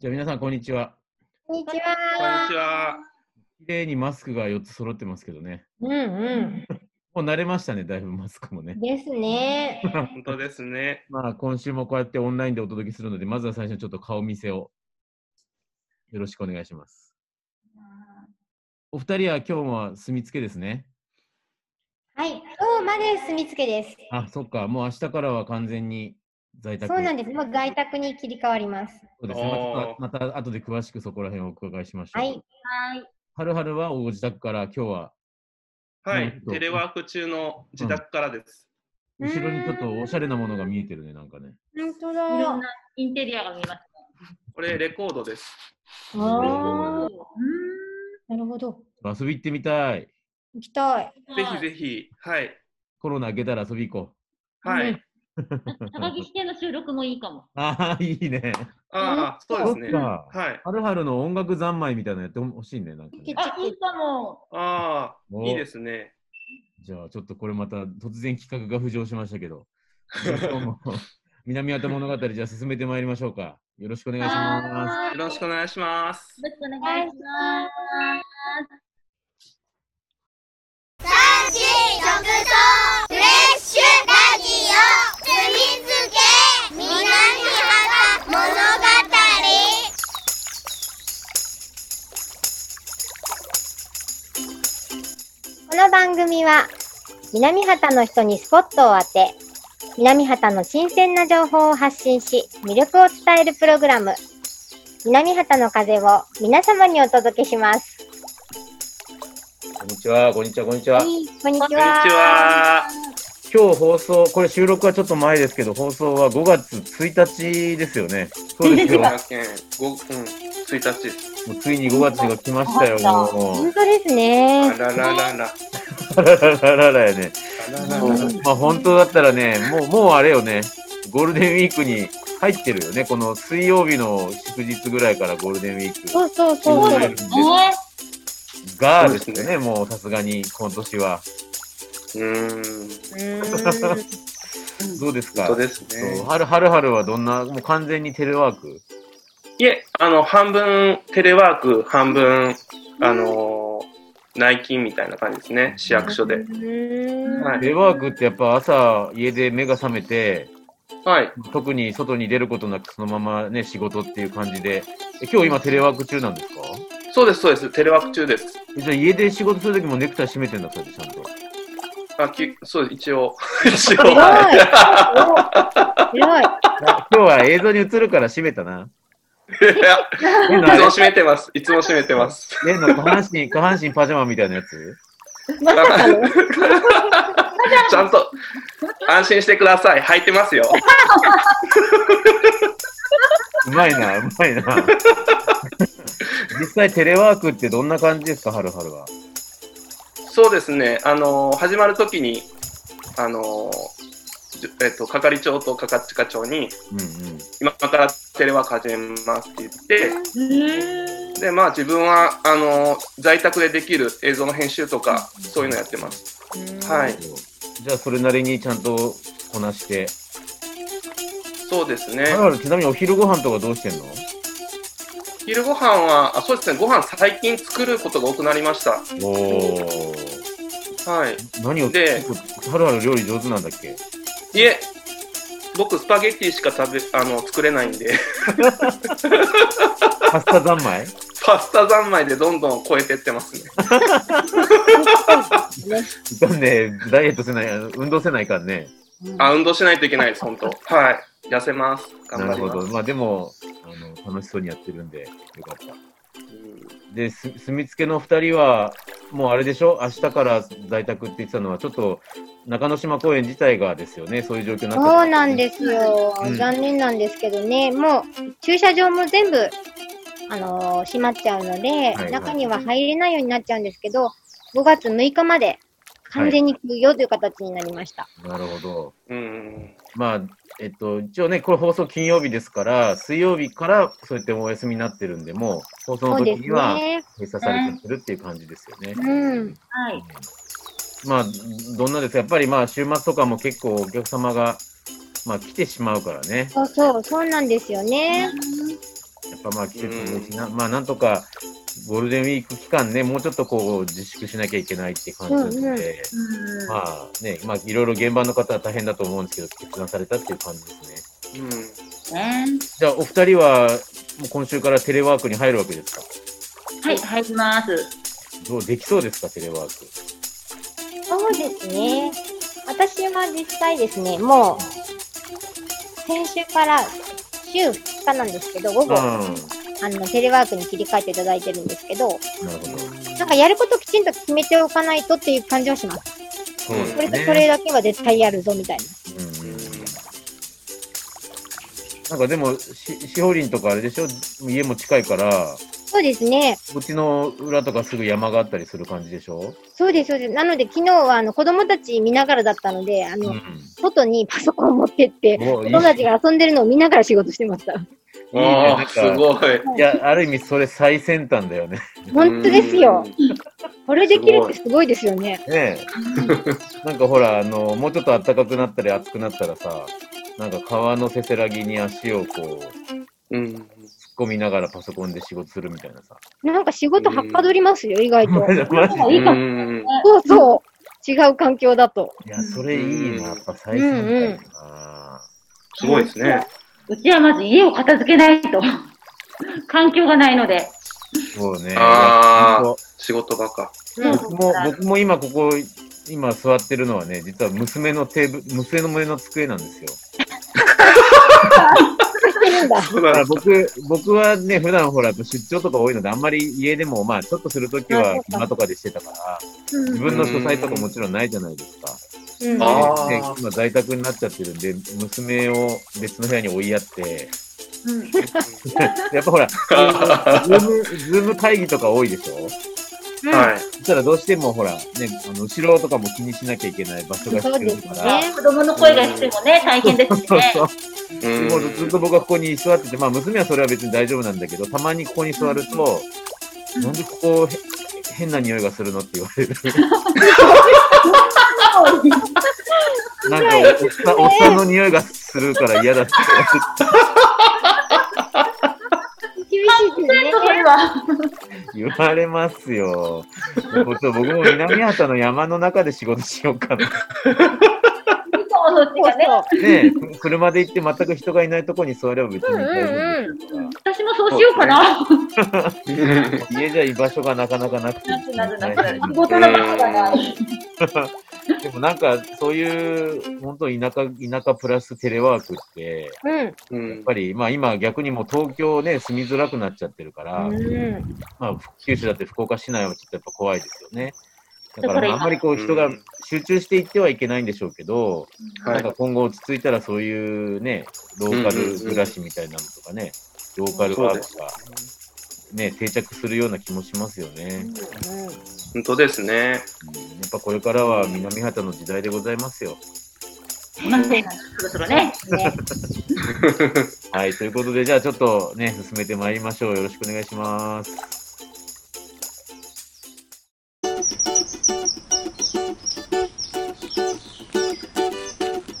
じゃあ皆さん、こんにちは。こんにちこんには。ちは。綺麗にマスクが4つ揃ってますけどね。うんもう慣れましたね、だいぶマスクもうね ん。。ですね。本当ですね。まあ、今週もこうやってオンラインでお届けするので、まずは最初にちょっと顔見せをよろしくお願いします。お二人は今日は住み付けですね。はい、今日まで住みつけです。あ、そっか、もう明日からは完全に在宅そうなんでです。もう在宅に切り替わります。すね。まおーたまた後で詳しくそこら辺をお伺いしましょう。はい。はるはるはご自宅から今日ははなるいほ。どテレワーク中の自宅からです。後ろにちょっとおしゃれなものが見えてるね、なんかね。本当いろんだ。なインテリアが見えます。これレコードです。あうーなるほど。遊び行ってみたい。行きたい。ーんぜひぜひ。はい。コロナ明けたら遊び行こはういん。う。高木支店の収録もいいかも。ああ、いいね。ああ、そうですね。そっはかい。はるはるの音楽三昧みたいなのやってほしいね。なんかねチェあ、いキいかも。あおあ、いいですね。じゃあ、ちょっとこれまた突然企画が浮上しましたけ ど、今日も南畑物語、じゃあ進めてまいりましょうか。よろしくお願いします。はよろしくお願いします。ーいよろしくお願いします。三振直送フレッシュラジオ積み付け南原物語この番組は、南畑の人にスポットを当て、南畑の新鮮な情報を発信し、魅力を伝えるプログラム、南畑の風を皆様にお届けします。こんにちは、こんにちは、こんにちは。こんにちこんにちは。は。今日放送、これ収録はちょっと前ですけど、放送は5月1日ですよね。そう ですよ。も奈良県五うん一日です。うついに5月が来ましたよ、も 本う。当ですあね。ららららららあらららららやね。ららら まあ本当だったらね、もう、もうあれよね、ゴールデンウィークに入ってるよね、この水曜日の祝日ぐらいからゴールデンウィーク。そうそうそう。うそんうねガールですそうですね、もうさすがに今年は。うーん。ーんどうです本か当ですそうね。はるはるはるはどんな、もう完全にテレワークいえ、あの、半分テレワーク、半分、あのー、内勤みたいな感じですね。市役所で。ははいテレワークってやっぱ朝家で目が覚めて、はい。特に外に出ることなくそのままね、仕事っていう感じで。え今日今テレワーク中なんですかそうです、そうです。テレワーク中です。えじゃあ家で仕事するときもネクタイ締めてんだ、それでちゃんと。あ、きそうです、一応。 一応。い。すごい。今日は映像に映るから締めたな。い変なあつれも閉めてます。いつも閉めてます。例の下半身、下半身パジャマみたいなやつまさ かの。 ちゃんと、安心してください。履いてますよ。うまいな、うまいな。実際テレワークってどんな感じですか、はるはるは。そうですね。あのー始まるときに、あのーじゅえっと、係長とかかっち課長に、うんうん。今からテレワーク始めますって言っうーんて、で、まあ自分は、あのー在宅でできる映像の編集とか、そういうのやってます。はい。じゃあそれなりにちゃんとこなして。そうですねは。るはる、ちなみにお昼ご飯とかどうしてんの昼ご飯は、あ、そうですね。ご飯最近作ることが多くなりました。おー。はい。何をではるはる料理上手なんだっけいえ、僕スパゲッティしか食べ、あの、作れないんで、 パスタ三昧パスタ三昧でどんどん超えてってますね。いかんね、ダイエットせない、運動せないかんね。あ、運動しないといけないです、本当。はい。痩せます。な頑張るりほます。ど。まあでも、あの、楽しそうにやってるんで、よかった。で、す住み付けの二人は、もうあれでしょ、明日から在宅って言ってたのは、ちょっと中之島公園自体がですよね、そういう状況になって。そうなんですすよう。ん残念なんですけどね、もう駐車場も全部、あのー閉まっちゃうので、はい中には入れないようになっちゃうんですけど、5月6日まで完全に休業という形になりました。なるほど。うん。うん。まあ、えっと、一応ね、これ放送金曜日ですから、水曜日からそうやってお休みになってるんで、もう放送のそうで時すにはね。閉鎖されちゃってるっていう感じですよね。うん。はい。まあ、どんなですか、やっぱりまあ、週末とかも結構お客様が、まあ、来てしまうからね。そうそう、そうなんですよね。やっぱまあ季節もいいしな、まあなんとかゴールデンウィーク期間ね、もうちょっとこう自粛しなきゃいけないって感じなので、うんまあね、まあいろいろ現場の方は大変だと思うんですけど、決断されたっていう感じですね。うんねじゃあお二人はもう今週からテレワークに入るわけですかはい、入ります。どうできそうですか、テレワーク。そうですね。私は実際ですね、もう、先週から週2日なんですけど、午後、あうの、テレワークに切り替えていただいてるんですけど、ん、なるほど。なんかやることきちんと決めておかないとっていう感じはします。そうですね。これとこれだけは絶対やるぞみたいな。うんうんうんなんかでも、し、しほりんとかあれでしょ家も近いから、そうですね。うちの裏とかすぐ山があったりする感じでしょそうです、そうです。なので昨日はあの子供たち見ながらだったので、あの、ん。外にパソコンを持ってって、もう子いい供たちが遊んでるのを見ながら仕事してました。いいねあなあ、んすかごい。いや、ある意味それ最先端だよね。 本当ですようん。これできるってすごいですよね。ねえ。なんかほら、あの、もうちょっと暖かくなったり暑くなったらさ、なんか川のせせらぎに足をこう、突っうん。込みながらパソコンで仕事するみたいなさ。なんか仕事はっぱどりますよ、意外と。マジ いいうかもんそうそう。違う環境だと。いや、それいいな。やっぱ最先端だな。すごいですね。うちはまず家を片付けないと。環境がないので。そうね。いやあーほんと仕事 場か。うん僕も、僕も今ここ、今座ってるのはね、実は娘のテーブル、娘の胸の机なんですよ。してるんだ。そうだかならんだ僕、僕はね、普段ほら、出張とか多いので、あんまり家でも、まあ、ちょっとするときあそはうか、暇とかでしてたから、うん自分の書斎とかもちろんないじゃないですか。うんあーでね今在宅になっちゃってるんで、娘を別の部屋に追いやって、やっぱほら、ズーム、ズーム会議とか多いでしょうんはい。そしたらどうしてもほら、ね、あの、後ろとかも気にしなきゃいけない場所がそう必で要すだから、ね。子供の声がしてもね、大変ですね。そううんもうずっと僕はここに座ってて、まあ娘はそれは別に大丈夫なんだけど、たまにここに座ると、うんなんでここへ変な匂いがするのって言わ れる。なんかおっさんおっさんの匂いがするから嫌だって厳しいですね。それは。言われますよ。もうちょっと僕も南畑の山の中で仕事しようかな。そうそっちそうがね。そう。 ねえ車で行って全く人がいないとこに座れば別に大丈夫ですから。私もそうしようかな。うん家じゃ居場所がなかなかなくて。なくなるなくなる。大変仕で事の場所がない。でもなんか、そういう、本当田舎、田舎プラステレワークって、うん。うやっんぱり、まあ今逆にもう東京ね、住みづらくなっちゃってるから、うん。まあ九州だって福岡市内はちょっとやっぱ怖いですよね。だか、だかららまあ、今あんまりこう人がうん集中していってはいけないんでしょうけど、はなんい。か今後落ち着いたらそういうね、ローカル暮らしみたいなのとかね、ローカルワークがね、定着するような気もしますよね。本当ですね。うんやっぱこれからは南畑の時代でございますよ。すいません。そろそろね。ねはい、ということで、じゃあちょっとね、進めてまいりましょう。よろしくお願いします。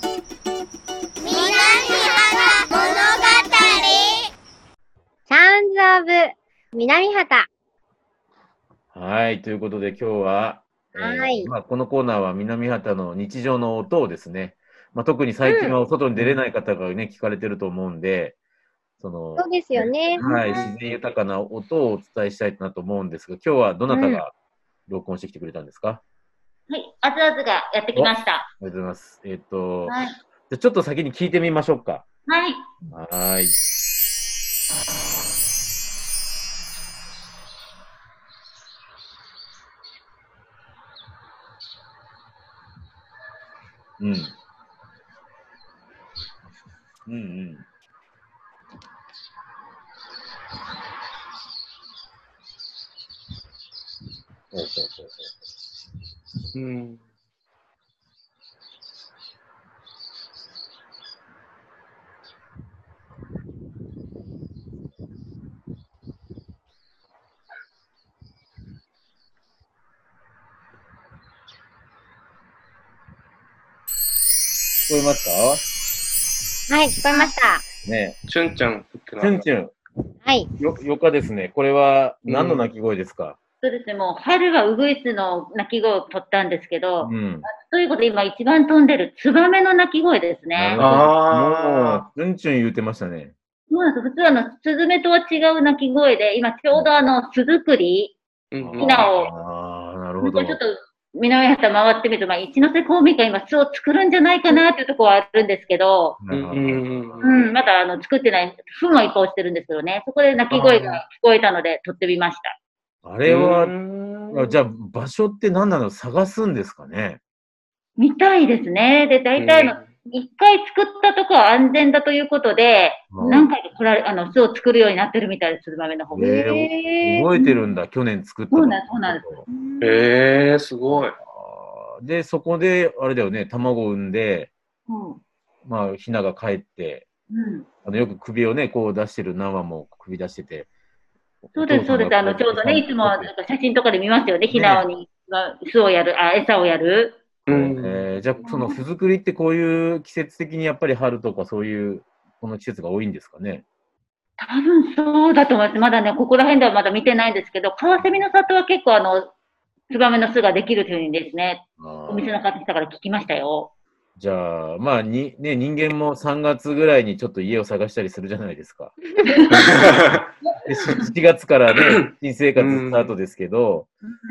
南原物語サウンズオブ南畑。はい、ということで今日は、はいまあ、このコーナーは南畑の日常の音をですね、まあ、特に最近はお外に出れない方がね、聞かれてると思うんで、その、そうですよね。はい、自然豊かな音をお伝えしたいなと思うんですが、今日はどなたが録音してきてくれたんですか、はい。あずあずがやってきました。ありがとうございます。えっ、と、はい。じゃあちょっと先に聞いてみましょうか。はい。はーい。うん。うんうん。そうそうそうそう。うん。聞こえますかはい、聞こえました。ねしゅんちゃんだっけえ。なチュンチュン。はい。よ、よかですね。これは何の鳴き声ですかそうですね、もう春はウグイスの鳴き声を取ったんですけど、うん。ということで今一番飛んでるツバメの鳴き声ですなねるほ。ど。あもう、うんちゅん言うてましたね。そうなんです普通あの、スズメとは違う鳴き声で、今ちょうどあの、巣作り、うんヒナをああ、なるちょほっど。と南畑回ってみると、まあ、一ノ瀬公民館今巣を作るんじゃないかなっていうところはあるんですけど、はいはいはいうん、まだあの、作ってない、糞をいっぱい落ちてるんですけどね、そこで鳴き声が聞こえたので、撮ってみました。あれは、はじゃあ場所って何なの探すんですかね見たいですね。で、大体あの、一回作ったとこは安全だということで、うん何回か来られ、あの、巣を作るようになってるみたいです、スズメの方が。ええ覚えてるんだ、去年作ったのそうなんそうなんでえー、すごい。あーで、そこで、あれだよね、卵を産んで、うん。まあ、ヒナが帰って、うん。あのよく首をね、こう出してる何羽も首出してて。そうです、そうです。あの、ちょうどね、いつもなんか写真とかで見ますよね、ひなをに、巣をやる、あ、餌をやる。うんえーじゃあ、その巣作りってこういう季節的にやっぱり春とかそういう、この季節が多いんですかね。多分そうだと思います。まだね、ここら辺ではまだ見てないんですけど、カワセミの里は結構あの、ツバメの巣ができるというふうにですね、あーお店の方から聞きましたよ。じゃあ、まあに、ね、人間も3月ぐらいにちょっと家を探したりするじゃないですか。でし7月から ね、新生活スタートですけど、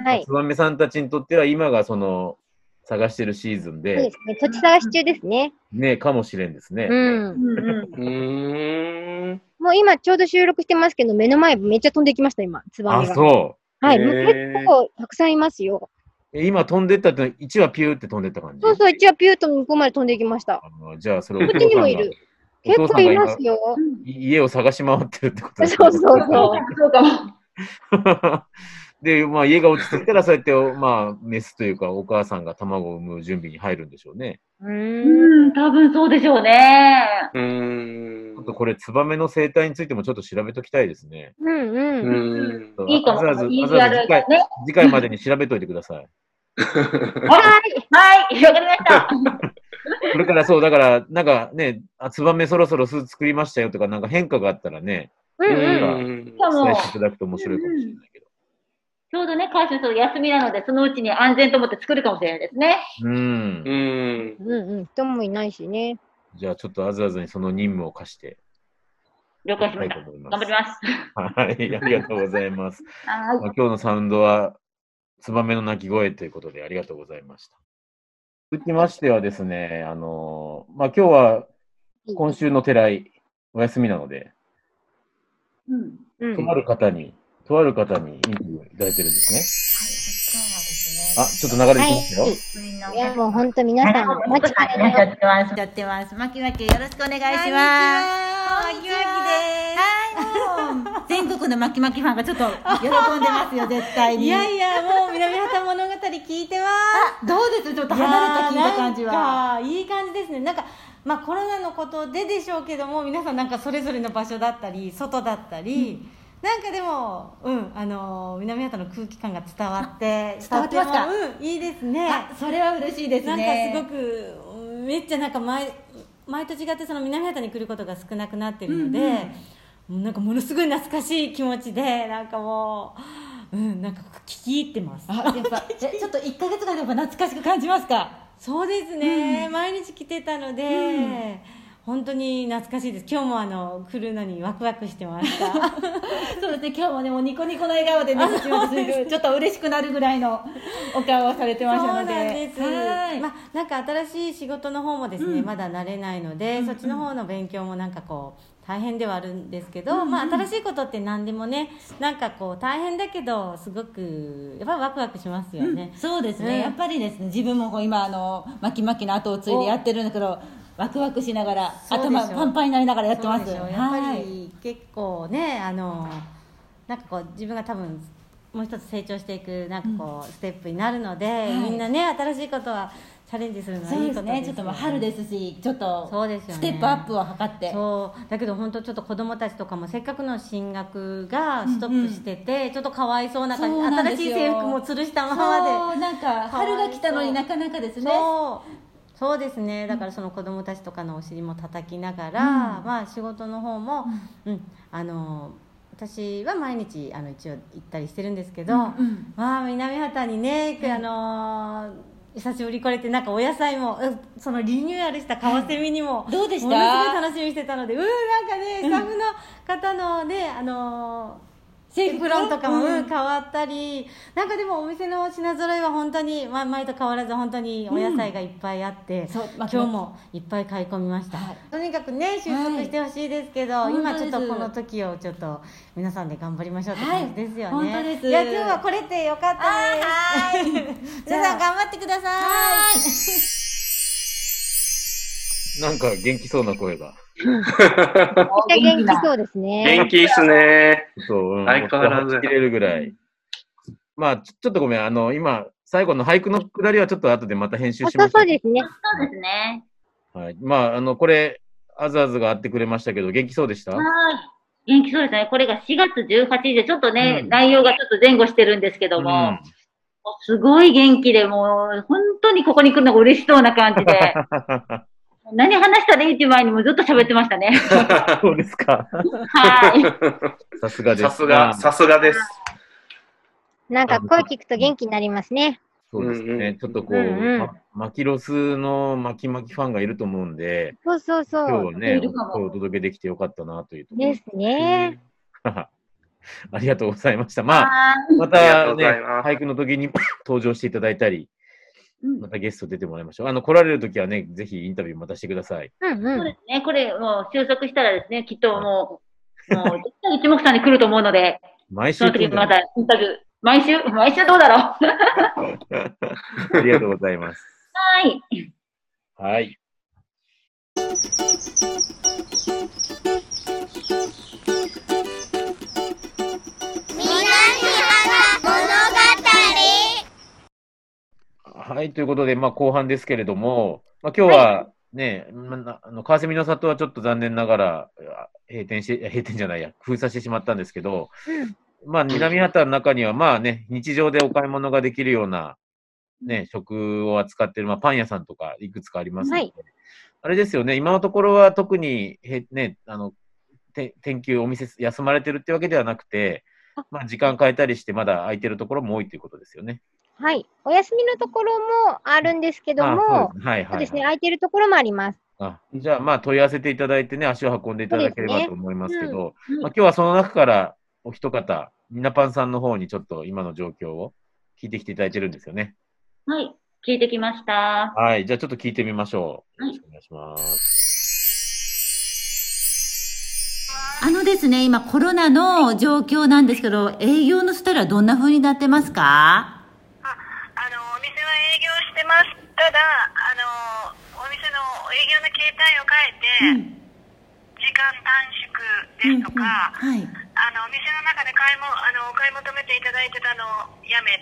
はい。つばめさんたちにとっては今がその、探してるシーズンそうで、ですね。土地探し中ですね。ね、かもしれんですね。うん。うんうん。うーん。もう今ちょうど収録してますけど、目の前めっちゃ飛んできました、今。ツバあ、メが。そはい。へもうー結構たくさんいますよ。う。え今飛んでったってのは、1羽ピューって飛んでった感じそうそう、一応ピューッと向こうまで飛んでいきました。あのじゃあ、それおこ父っちにさもんいがおる。結父構さんいが今ますよ。い家を探し回ってるってことそうですそうそう。そうかも。で、まあ、家が落ち着いたら、そうやって、まあ、メスというか、お母さんが卵を産む準備に入るんでしょうね。うーん。うん、多分そうでしょうね。うーんちょっとこれ、ツバメの生態についてもちょっと調べときたいですね。うんううん。ん。そういいかもわざわざいいわざわざ PR 次回だね次回までに調べといてください。はい、はい、わかりま した。これからそう、だから、なんかね、あツバメそろそろ巣作りましたよとか、なんか変化があったらね、うんうん。うんしか伝もえていただくと面白いかもしれないけど。ちょうどね、川島さん休みなので、そのうちに安全と思って作るかもしれないですね。うんう。ん。うんうん。人もいないしね。じゃあ、ちょっとあずあずにその任務を課していきいと思います。了解したました。頑張ります。はい、ありがとうございます。はまあ今日のサウンドは、ツバメの鳴き声ということでありがとうございました。続きましてはですね、あのーまあ、今日は今週の寺井、お休みなので、い。うんうん。とある方に、とある方にインタビューいただいてるんですね。あ、ちょっと流れてきましたよ。いや、もう本当皆さん、お待ちかねの。やってます。まきまきよろしくお願いします。まきまきです。はい、もう全国のまきまきファンがちょっと喜んでますよ、絶対に。いやいや、もう南畑物語聞いてます。どうですちょっと離れた聞いた感じいやは。ーなんかいい感じですね。なんか、まあコロナのことででしょうけども、皆さんなんかそれぞれの場所だったり、外だったり、なんかでも、うん、あのー南畑の空気感が伝わって、伝わってますかとてもうん、いいですね。あ、それは嬉しいですなんね。かすごくうんめっちゃなんか前前と違ってその南畑に来ることが少なくなってるので、なんかものすごい懐かしい気持ちでなんかもう、うん、なんか聞き入ってますあ、やっ ぱ、じゃちょっと1ヶ月間でやっぱ懐かしく感じますかそうですね、毎日来てたので、本当に懐かしいです今日もあの来るのにワクワクしてましたそうですね、今日もね、もうニコニコの笑顔でね、口をついてちょっと嬉しくなるぐらいのお顔をされてましそうたのなんで。です、はい。まあ、なんか新しい仕事の方もですね、まだ慣れないので、そっちの方の勉強もなんかこう大変ではあるんですけど、まあ、新しいことって何でもねなんかこう大変だけどすごくやっぱワクワクしますよね、そうですね、うんやっぱりですね自分もこう今あの巻き巻きの後を継いでやってるんだけどワクワクしながらそうでしょ頭パンパンになりながらやってますそうでしょうやっぱり結構ねあのなんかこう自分が多分もう一つ成長していくなんかこう、ステップになるので、いみんなね新しいことはチャレンジするのはそういいでことすですよねちょっともう春ですしちょっそとうですよねステップアップを図ってそうだけど本当ちょっと子供たちとかもせっかくの進学がストップしてて、ちょっとかわいそうな感じそうなんで新すしいよ制服も吊るしたまそまうなんか春が来たのになかなかですでねそうそうですねだからその子供たちとかのお尻も叩きながら、まあ仕事の方も、うんあの私は毎日あの一応行ったりしてるんですけど、うんうんまあ南畑にね、はいあのー久しぶりこれってなんかお野菜もうんそのリニューアルしたカワセミにも、どうでしたものすごい楽しみにしてたのでうーなんかねスタッフの方のね、あのー制エ服プロンとかも、うんうん変わったりなんかでもお店の品揃えは本当にまあ前と変わらず本当にお野菜がいっぱいあって、そう今日もいっぱい買い込みました、はいとにかくね収束してほしいですけど、はい今本ち当ょでっすとこの時をちょっと皆さんで頑張りましょうってはい感じですよね、本当ですいや今日はこれってよかったですはい。 皆さん頑張ってくださいなんか元気そうな声が。元気そうですね。元気ですね。そう、うん、相変わらず切れるぐらい。まあ、ちょちょっとごめん、あの、今、最後の俳句のくだりはちょっと後でまた編集あしそまうしょそうう。ですね。そうですね。はい。まあ、あの、これ、あずあずが会ってくれましたけど、元気そうでしたはい。元気そうですね。これが4月18日で、ちょっとね、うん内容がちょっと前後してるんですけども、うんもうすごい元気で、もう本当にここに来るのが嬉しそうな感 じで、何話したらいいっていう前にもずっと喋ってまし たね。そうですか。はい。さすがです。さすが、まあさすがです。なんか声聞くと元気になりますね。そうですね。うんうんちょっとこう、うんうんまマキロスのマキマキファンがいると思うんで、そうそうそ今日う。はね、いるかもお届けできてよかったなというところですね。 ありがとうございました。まあ、まあたりがとうござねい、ます俳句の時に 登場していただいたり、うんまたゲスト出てもらいましょう。あの、来られる時はね、ぜひインタビューまたしてください。うんそううん。ですね。これ、もう収束したらですね、きっともう、もう絶対一目散に来ると思うの で、毎週その来時るんだまたインタビュー、毎週、毎週どうだろう。はありがとうございます。い。はい。南原物語はい、ということで、まあ、後半ですけれども、まあ、今日はね、まなあの川蝉の里はちょっと残念ながらあ閉店して、い や閉店じゃないや、封鎖してしまったんですけど、まあ、南畑の中には、まあね、日常でお買い物ができるような、ね、食を扱ってる、まあ、パン屋さんとかいくつかありますので、はいあれですよね、今のところは特に、へね、あの、て天休、お店休まれてるってわけではなくて、まあ、時間変えたりして、まだ空いてるところも多いということですよね。はい。お休みのところもあるんですけどあもそう、ですねはいはい、はい。そうですね。空いてるところもあります。あじゃあ、まあ、問い合わせていただいてね、足を運んでいただければと思いますけど、うんうんまあ、今日はその中からお一方、みなぱんさんの方にちょっと今の状況を聞いてきていただいてるんですよね。はい。聞いてきました。はい、じゃあちょっと聞いてみましょう。はよいろしくお願いします。あのですね、今コロナの状況なんですけど、営業のスタイルはどんな風になってますかあのお店は営業してますただあのお店の営業の形態をう変えんて、時間短縮ですとか、うんうんはい。あのお店の中で買いもあのお買い求めていただいてたのをやめ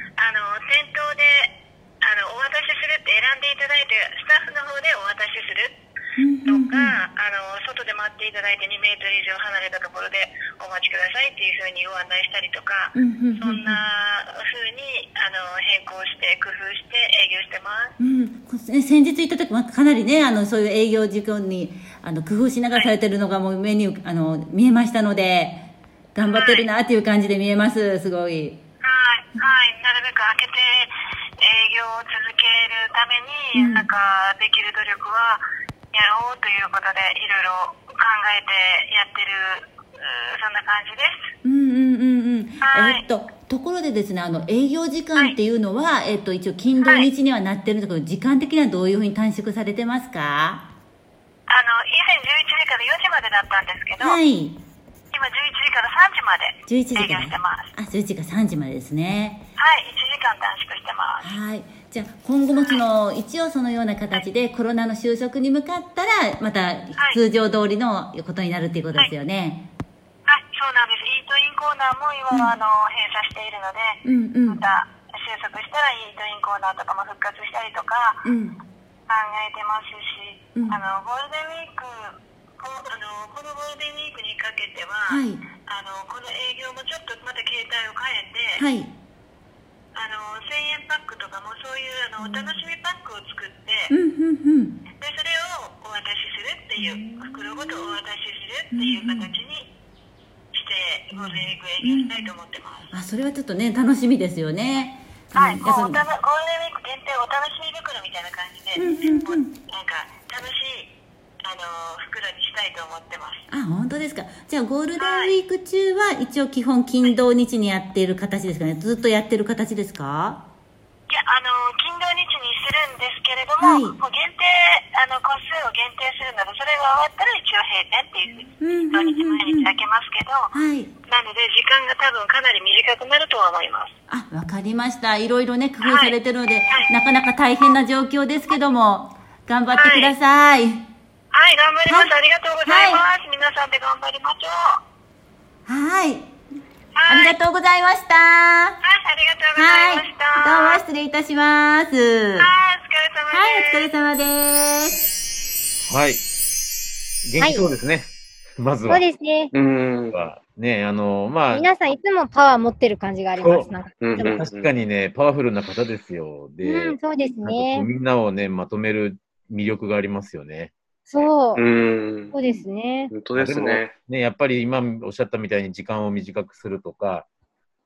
はい。あの店頭であのお渡しするって選んでいただいてスタッフの方でお渡しするうんうんうんとか、あの外で待っていただいて2メートル以上離れたところでお待ちくださいっていうふうにご案内したりとか。うんうんうんそんな風にあの変更して工夫して営業してます。うん、せ先日いただく、まあ、かなりねあのそういう営業時間にあの工夫しながらされてるのがもう目にあの見えましたので頑張ってるなっていう感じで見えますすごいはい、はい、なるべく開けて営業を続けるために、なんかできる努力はやろうということでいろいろ考えてやってるうーそんな感じです。うんうんうんうんはえいっとところでですねあの営業時間っていうのは、えっと、一応勤労日にはなってるんですけど、時間的にはどういうふうに短縮されてますかあの以前11時から4時までだったんですけど、はい今11時から3時まで11時営業からしてまあす。11時から3時までですねはい、1時間短縮してます。はい。じゃあ今後もその一応そのような形でコロナの収束に向かったらまたい通常通りのことになるっていうことですよね。はい、そうなんです。イートインコーナーも今はあの閉鎖しているのうんうで。まん。た収束したらイートインコーナーとかも復活したりとか考うん。えてますし、うんあのゴールデンウィークこあのこのゴールデンウィークにかけては、はいあのこの営業もちょっとまた形態を変はい。えて、あの1000円パックとかもそういうあのお楽しみパックを作って、うんうんうん。でそれをお渡しするっていう袋ごとお渡しするっていう形にしてでゴールデンウィーク営業したいと思ってまあす。それはちょっとね楽しみですよねはい、うんもうおたやのゴールデンウィーク限定お楽しみ袋みたいな感じで、うんうんうんもうなんか楽しいあのー袋にしたいと思ってます。そのあ本当ですかじゃあゴールデンウィーク中は一応基本金土日にやっている形ですかねずっとやってる形ですかいや、あのー金土日にするんですけれどはいも、もう限定あの個数を限定するので、それが終わったら一応閉店っていうんうんううんうん土日毎日開けますけど、はいなので時間が多分かなり短くなるとは思います。あわかりましたいろいろね工夫されてるので、はいなかなか大変な状況ですけども頑張ってくださいはい、頑張ります。はいありがとうございます。皆さんで頑張りましょう。はいはい、ありがとうございましたはい、ありがとうござはいいました。どうも失礼いたしますはい、お疲れ様です。はいお疲れ様ですはい。元気そうですね。まずそはう。ですね。うーん。はね、あの、まあ、皆さんいつもパワー持ってる感じがあります。なんかうんうんうん確かにね、パワフルな方ですよ。で、うん、そうですなんかこうね。みんなをね、まとめる魅力がありますよね。そうう。ーんそう。ですね。本当ですね。ね、やっぱり今おっしゃったみたいに時間を短くするとか、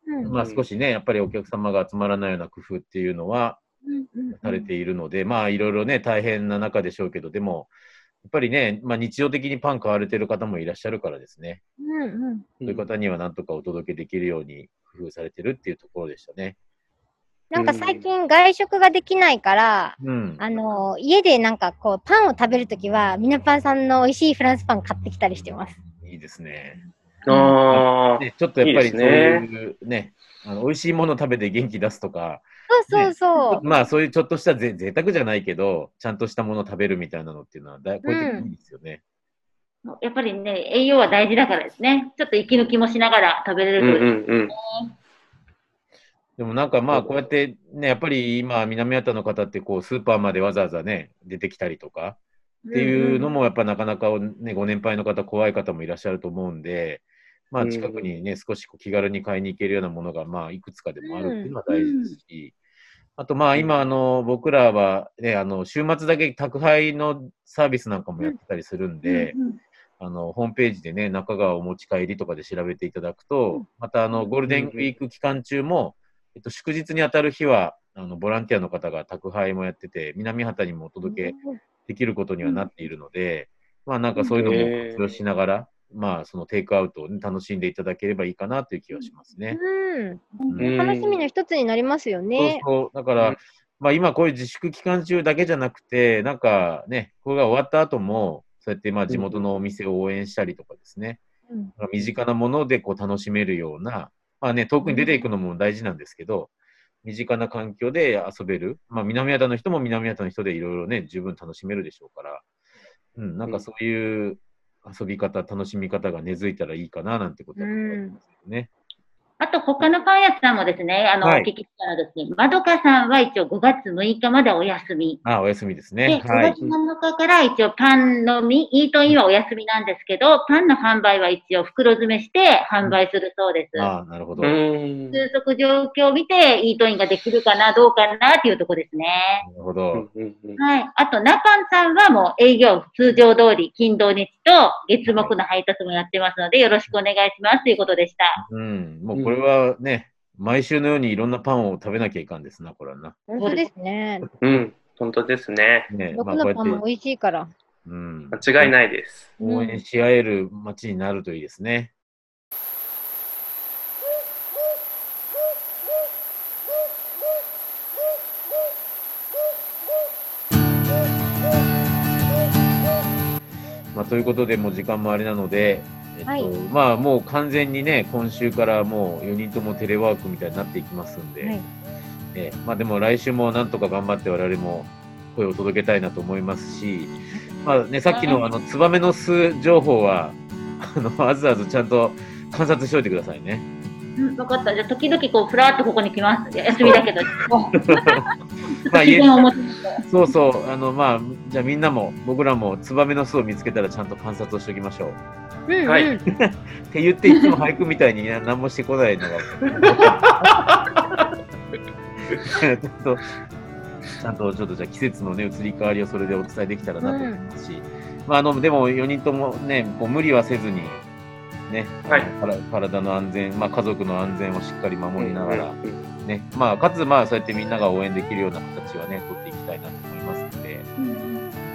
うん。うんまあ少しね、やっぱりお客様が集まらないような工夫っていうのはうんされているので、まあいろいろね、大変な中でしょうけど、でも、やっぱりね、まあ日常的にパン買われてる方もいらっしゃるからですね。うんうん。そういう方にはなんとかお届けできるように工夫されてるっていうところでしたね。なんか最近外食ができないから、うん。あの、家でなんかこう、パンを食べるときは、ミナパンさんの美味しいフランスパン買ってきたりしてます。いいですね。ああ。ね、ちょっとやっぱりいいでそすうねいうね、あの美味しいもの食べて元気出すとか、そうそうそう。まあそういうちょっとしたぜ贅沢じゃないけど、ちゃんとしたものを食べるみたいなのっていうのは、だいこういう時いいですよね。やっぱりね、栄養は大事だからですね。ちょっと息抜きもしながら食べれうるんとういいんうん。でもなんかまあこうやってね、やっぱり今、南畑の方ってこうスーパーまでわざわざね、出てきたりとかっていうのもやっぱなかなかね、ご年配の方、怖い方もいらっしゃると思うんで、まあ近くにね、少しこう気軽に買いに行けるようなものがまあいくつかでもあるっていうのは大事ですし、あとまあ今あの僕らはね、あの週末だけ宅配のサービスなんかもやってたりするんで、あの、ホームページでね、中川お持ち帰りとかで調べていただくと、またあの、ゴールデンウィーク期間中も、えっと、祝日に当たる日は、あの、ボランティアの方が宅配もやってて、南畑にもお届けできることにはなっているので、まあなんかそういうのも活用しながら、まあそのテイクアウトをね、楽しんでいただければいいかなという気はしますね。うん。うんうん楽しみの一つになりますよそうね。そう。だから、うんまあ今こういう自粛期間中だけじゃなくて、なんかね、これが終わった後も、そうやってまあ地元のお店を応援したりとかですね、うんまあ身近なものでこう楽しめるような、まあね、遠くに出ていくのも大事なんですけど、身近な環境で遊べる、まあ南畑の人も南畑の人でいろいろね、十分楽しめるでしょうから、うん、なんかそういう遊び方、楽しみ方が根付いたらいいかななんてことは思いますよね。あと、他のパン屋さんもですね、あの、はいお聞きしたらですね、まどかさんは一応5月6日までお休み。ああ、お休みですで、ね。 5はい月。7日から一応パンのみ、イートインはお休みなんですけど、パンの販売は一応袋詰めして販売するそうです。ああ、なるほど。うーん。通測状況を見て、イートインができるかな、どうかなっていうとこですね。なるほうど。んうんうんはい。あと、ナパンさんはもう営業通常通り、金土日と月木の配達もやってますので、よろしくお願いしますということでした。うん、もうこれはね、毎週のようにいろんなパンを食べなきゃいかんですな、これはな。本当ですね。うん。本当ですね。ね、僕こうのやパっンても美味しいから。うん、間違いないです。応援し合える街になるといいですね。まあ、ということで、もう時間もあれなので、えっとはいまあ、もう完全にね、今週からもう4人ともテレワークみたいになっていきますんで、はいええまあ、でも来週もなんとか頑張って我々も声を届けたいなと思いますし、まあね、さっきのあのツバメの巣情報はあのあずあずちゃんと観察しておいてくださいね。うん、分かった。じゃあ、時々こう、ふらっとここに来ます。休みだけど。まあ、自家然を持にってそうそうあの、まあ、じゃあみんなも僕らもツバメの巣を見つけたらちゃんと観察をしておきましょう。うんうん。 はいって言っていつも俳句みたいにな何もしてこないのが。 ちょっとちゃんとちょっとじゃあ季節のね移り変わりをそれでお伝えできたらなと思いますし、まああのでも4人ともねこう無理はせずにね、はいから体の安全、まあ、家族の安全をしっかり守りながらう、んねまあ、かつ、まあ、そうやってみんなが応援できるような形はね、取っていきたいなと思いますので、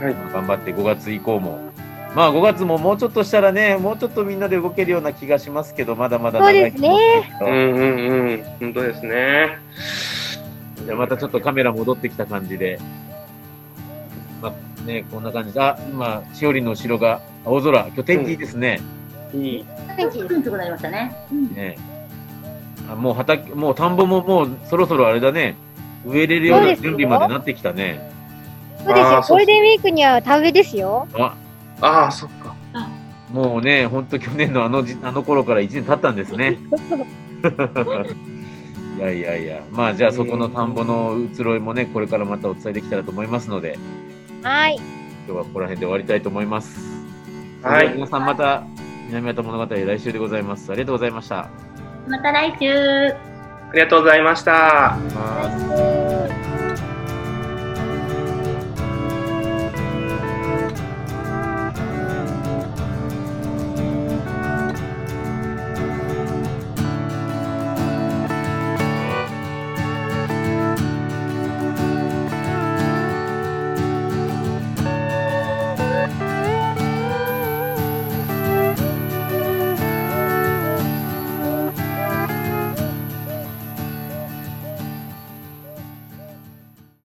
はいまあ頑張って5月以降も、まあ、5月ももうちょっとしたらね、もうちょっとみんなで動けるような気がしますけど、まだまだ長いと思うんですけうどんうんうん、本当ですね。じゃあまたちょっとカメラ戻ってきた感じで。まあね、こんな感じで。あ、今、しおりんの後ろが青空。今日天気いいですね。いい。天気うん、すごいなりましたね。うんねあもう畑、もう田んぼももうそろそろあれだね。植えれるようそうなです準よ備までなってきたね。そうですあよー。そゴうールデンウィークには田植えですよ。あ、ああ、そっか。もうね、ほんと去年のあのじあの頃から1年経ったんです ね。いやいやいや。まあじゃあそこの田んぼの移ろいもね、これからまたお伝えできたらと思いますので、はい。今日はここら辺で終わりたいと思います。はい。皆さんまた南畑物語来週でございます。ありがとうございました。また来週。ありがとうございました。はえー